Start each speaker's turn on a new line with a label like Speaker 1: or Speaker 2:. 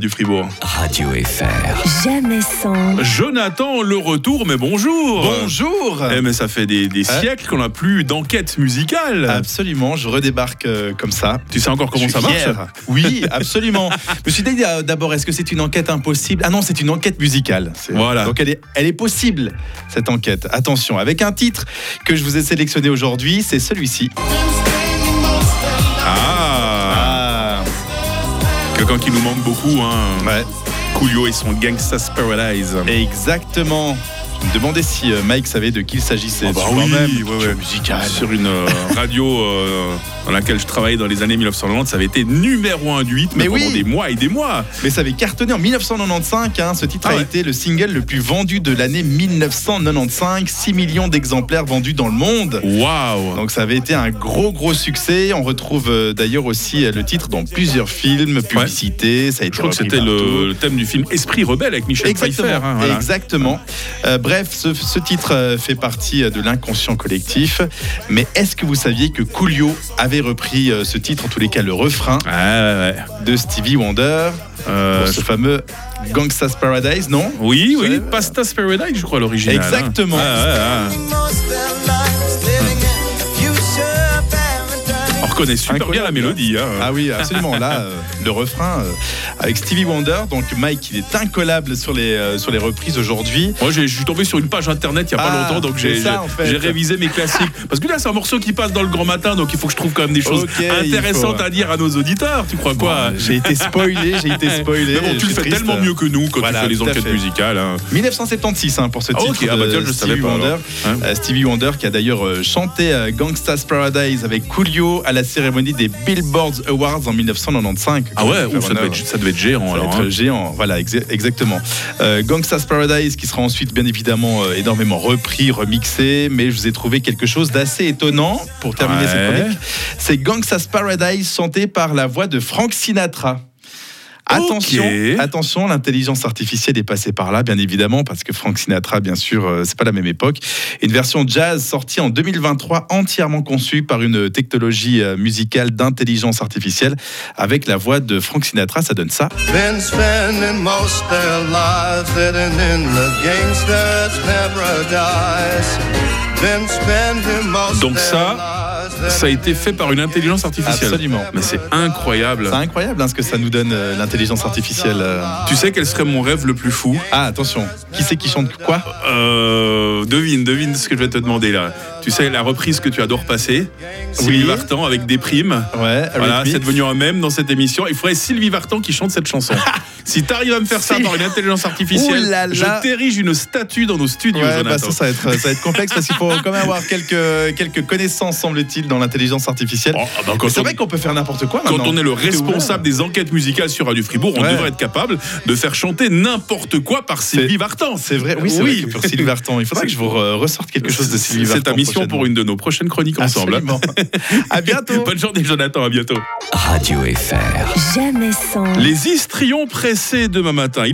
Speaker 1: du Fribourg.
Speaker 2: Radio FR.
Speaker 3: Jamais sans.
Speaker 1: Jonathan, le retour, mais bonjour
Speaker 4: Bonjour Hein
Speaker 1: Eh mais ça fait des, des
Speaker 4: Ouais.
Speaker 1: siècles qu'on n'a plus d'enquête musicale.
Speaker 4: Absolument, je redébarque euh, comme ça.
Speaker 1: tu sais encore comment
Speaker 4: Ah, Je
Speaker 1: ça
Speaker 4: suis
Speaker 1: marche
Speaker 4: fier. Oui, absolument. je me suis dit euh, d'abord, est-ce que c'est une enquête impossible Ah non, c'est une enquête musicale. C'est-
Speaker 1: Voilà.
Speaker 4: Donc elle est, elle est possible, cette enquête. Attention, avec un titre que je vous ai sélectionné aujourd'hui, c'est celui-ci.
Speaker 1: Ah
Speaker 4: Ah,
Speaker 1: Quelqu'un qui nous manque beaucoup, hein.
Speaker 4: ouais,
Speaker 1: Coolio et son Gangsta's Paradise.
Speaker 4: exactement. Je me demandais si euh, Mike savait de qui il s'agissait.
Speaker 1: Ah bah
Speaker 4: C'est
Speaker 1: oui,
Speaker 4: quand même
Speaker 1: ouais, ouais.
Speaker 4: culture musicale.
Speaker 1: Sur une euh, radio euh, dans laquelle je travaillais dans les années 1990, ça avait été numéro 1 du hit, mais,
Speaker 4: Mais oui.
Speaker 1: pendant des mois et des mois.
Speaker 4: Mais ça avait cartonné en 1995. hein. Ce titre
Speaker 1: Ah
Speaker 4: a
Speaker 1: ouais.
Speaker 4: été le single le plus vendu de l'année 1995. 6 millions d'exemplaires vendus dans le monde.
Speaker 1: Waouh
Speaker 4: Donc ça avait été un gros gros succès. On retrouve euh, d'ailleurs aussi euh, le titre dans plusieurs films, publicités. Ça a été
Speaker 1: Je crois que
Speaker 4: repris
Speaker 1: c'était
Speaker 4: partout.
Speaker 1: le, le thème du film Esprit rebelle avec Michel
Speaker 4: Exactement.
Speaker 1: Pfeiffer. hein, voilà.
Speaker 4: exactement. Euh, bref, ce, ce titre euh, fait partie euh, de l'inconscient collectif. Mais est-ce que vous saviez que Coolio avait repris euh, ce titre, en tous les cas le refrain
Speaker 1: Ah, ouais, ouais.
Speaker 4: de Stevie Wonder,
Speaker 1: Euh,
Speaker 4: pour ce fameux Gangsta's Paradise, non
Speaker 1: Oui, oui,
Speaker 4: Ouais.
Speaker 1: Pasta's Paradise, je crois, l'original. hein.
Speaker 4: Exactement.
Speaker 1: Ah, ah, ah. On reconnaît super
Speaker 4: Incroyable.
Speaker 1: bien la mélodie. hein.
Speaker 4: Ah oui, absolument. Là, euh, le refrain euh, avec Stevie Wonder. Donc Mike, il est incollable sur les, euh, sur les reprises aujourd'hui.
Speaker 1: Moi, j'ai- je suis tombé sur une page internet il n'y a pas
Speaker 4: Ah,
Speaker 1: longtemps, donc
Speaker 4: c'est
Speaker 1: j'ai
Speaker 4: ça,
Speaker 1: j'ai-
Speaker 4: en fait.
Speaker 1: j'ai révisé mes classiques. Parce que là, c'est un morceau qui passe dans le grand matin, donc il faut que je trouve quand même des choses
Speaker 4: Ok, il
Speaker 1: intéressantes
Speaker 4: faut.
Speaker 1: à dire à nos auditeurs. Tu crois quoi
Speaker 4: Ah,
Speaker 1: Eh,
Speaker 4: J'ai été spoilé, j'ai été spoilé.
Speaker 1: Mais bon, tu le
Speaker 4: je suis
Speaker 1: fais
Speaker 4: triste.
Speaker 1: tellement mieux que nous quand
Speaker 4: Voilà,
Speaker 1: tu fais les
Speaker 4: tout à
Speaker 1: enquêtes
Speaker 4: fait.
Speaker 1: musicales. hein.
Speaker 4: 1976 hein, pour ce
Speaker 1: Ah,
Speaker 4: titre
Speaker 1: ok. Ah, bah,
Speaker 4: de
Speaker 1: tiens, je le savais
Speaker 4: Stevie
Speaker 1: pas,
Speaker 4: Wonder.
Speaker 1: alors. Hein.
Speaker 4: Euh, Stevie Wonder qui a d'ailleurs euh, chanté euh, Gangsta's Paradise avec Coolio à la cérémonie des Billboard Awards en 1995.
Speaker 1: Ah ouais, ouh, ça,
Speaker 4: Wonder.
Speaker 1: devait être, ça devait être gérant
Speaker 4: Ça va
Speaker 1: alors.
Speaker 4: être
Speaker 1: hein.
Speaker 4: géant, voilà, exa- exactement. Euh, Gangsta's Paradise, qui sera ensuite bien évidemment euh, énormément repris, remixé, mais je vous ai trouvé quelque chose d'assez étonnant pour terminer
Speaker 1: Ouais.
Speaker 4: cette chronique. C'est Gangsta's Paradise chanté par la voix de Frank Sinatra. Attention,
Speaker 1: Ok.
Speaker 4: attention, l'intelligence artificielle est passée par là, bien évidemment, parce que Frank Sinatra, bien sûr, euh, c'est pas la même époque. Une version jazz sortie en 2023, entièrement conçue par une technologie euh, musicale d'intelligence artificielle, avec la voix de Frank Sinatra, ça donne ça.
Speaker 5: Been spending most their lives sitting in the gangster's paradise. Been spending most
Speaker 1: Donc ça,
Speaker 5: their
Speaker 1: Ça a été fait par une intelligence artificielle.
Speaker 4: Absolument.
Speaker 1: Mais c'est incroyable.
Speaker 4: C'est incroyable hein, ce que ça nous donne euh, l'intelligence artificielle. euh.
Speaker 1: Tu sais quel serait mon rêve le plus fou
Speaker 4: Ah attention, qui c'est qui chante quoi
Speaker 1: Euh, devine, devine ce que je vais te demander là. Tu sais, la reprise que tu adores passer, Sylvie Vartan avec des primes.
Speaker 4: Ouais,
Speaker 1: Voilà,
Speaker 4: Eurythmics.
Speaker 1: c'est devenu un mème dans cette émission. Il faudrait Sylvie Vartan qui chante cette chanson. si t'arrives à me faire ça
Speaker 4: Si.
Speaker 1: par une intelligence artificielle,
Speaker 4: Ouh là là.
Speaker 1: je t'érige une statue dans nos studios,
Speaker 4: Ouais, bah
Speaker 1: Jonathan.
Speaker 4: ça, ça va être, ça va être complexe parce qu'il faut quand même avoir quelques, quelques connaissances, semble-t-il, dans l'intelligence artificielle.
Speaker 1: Oh, ah bah, quand
Speaker 4: Mais c'est
Speaker 1: on-
Speaker 4: vrai qu'on peut faire n'importe quoi
Speaker 1: Quand
Speaker 4: maintenant.
Speaker 1: on est le
Speaker 4: Tout
Speaker 1: responsable des enquêtes musicales sur Radio Fribourg, on
Speaker 4: Ouais.
Speaker 1: devrait être capable de faire chanter n'importe quoi par Sylvie Vartan.
Speaker 4: C'est vrai, oui, c'est
Speaker 1: Oui.
Speaker 4: vrai que pour Sylvie Vartan, il faudra que je vous re- ressorte quelque chose de Sylvie Vartan.
Speaker 1: C'est ta mission pour une de nos prochaines chroniques ensemble. hein.
Speaker 4: Absolument. à bientôt.
Speaker 1: Bonne journée, Jonathan. À bientôt.
Speaker 2: Radio FR.
Speaker 3: Jamais sans.
Speaker 1: Les histrions pressés demain matin.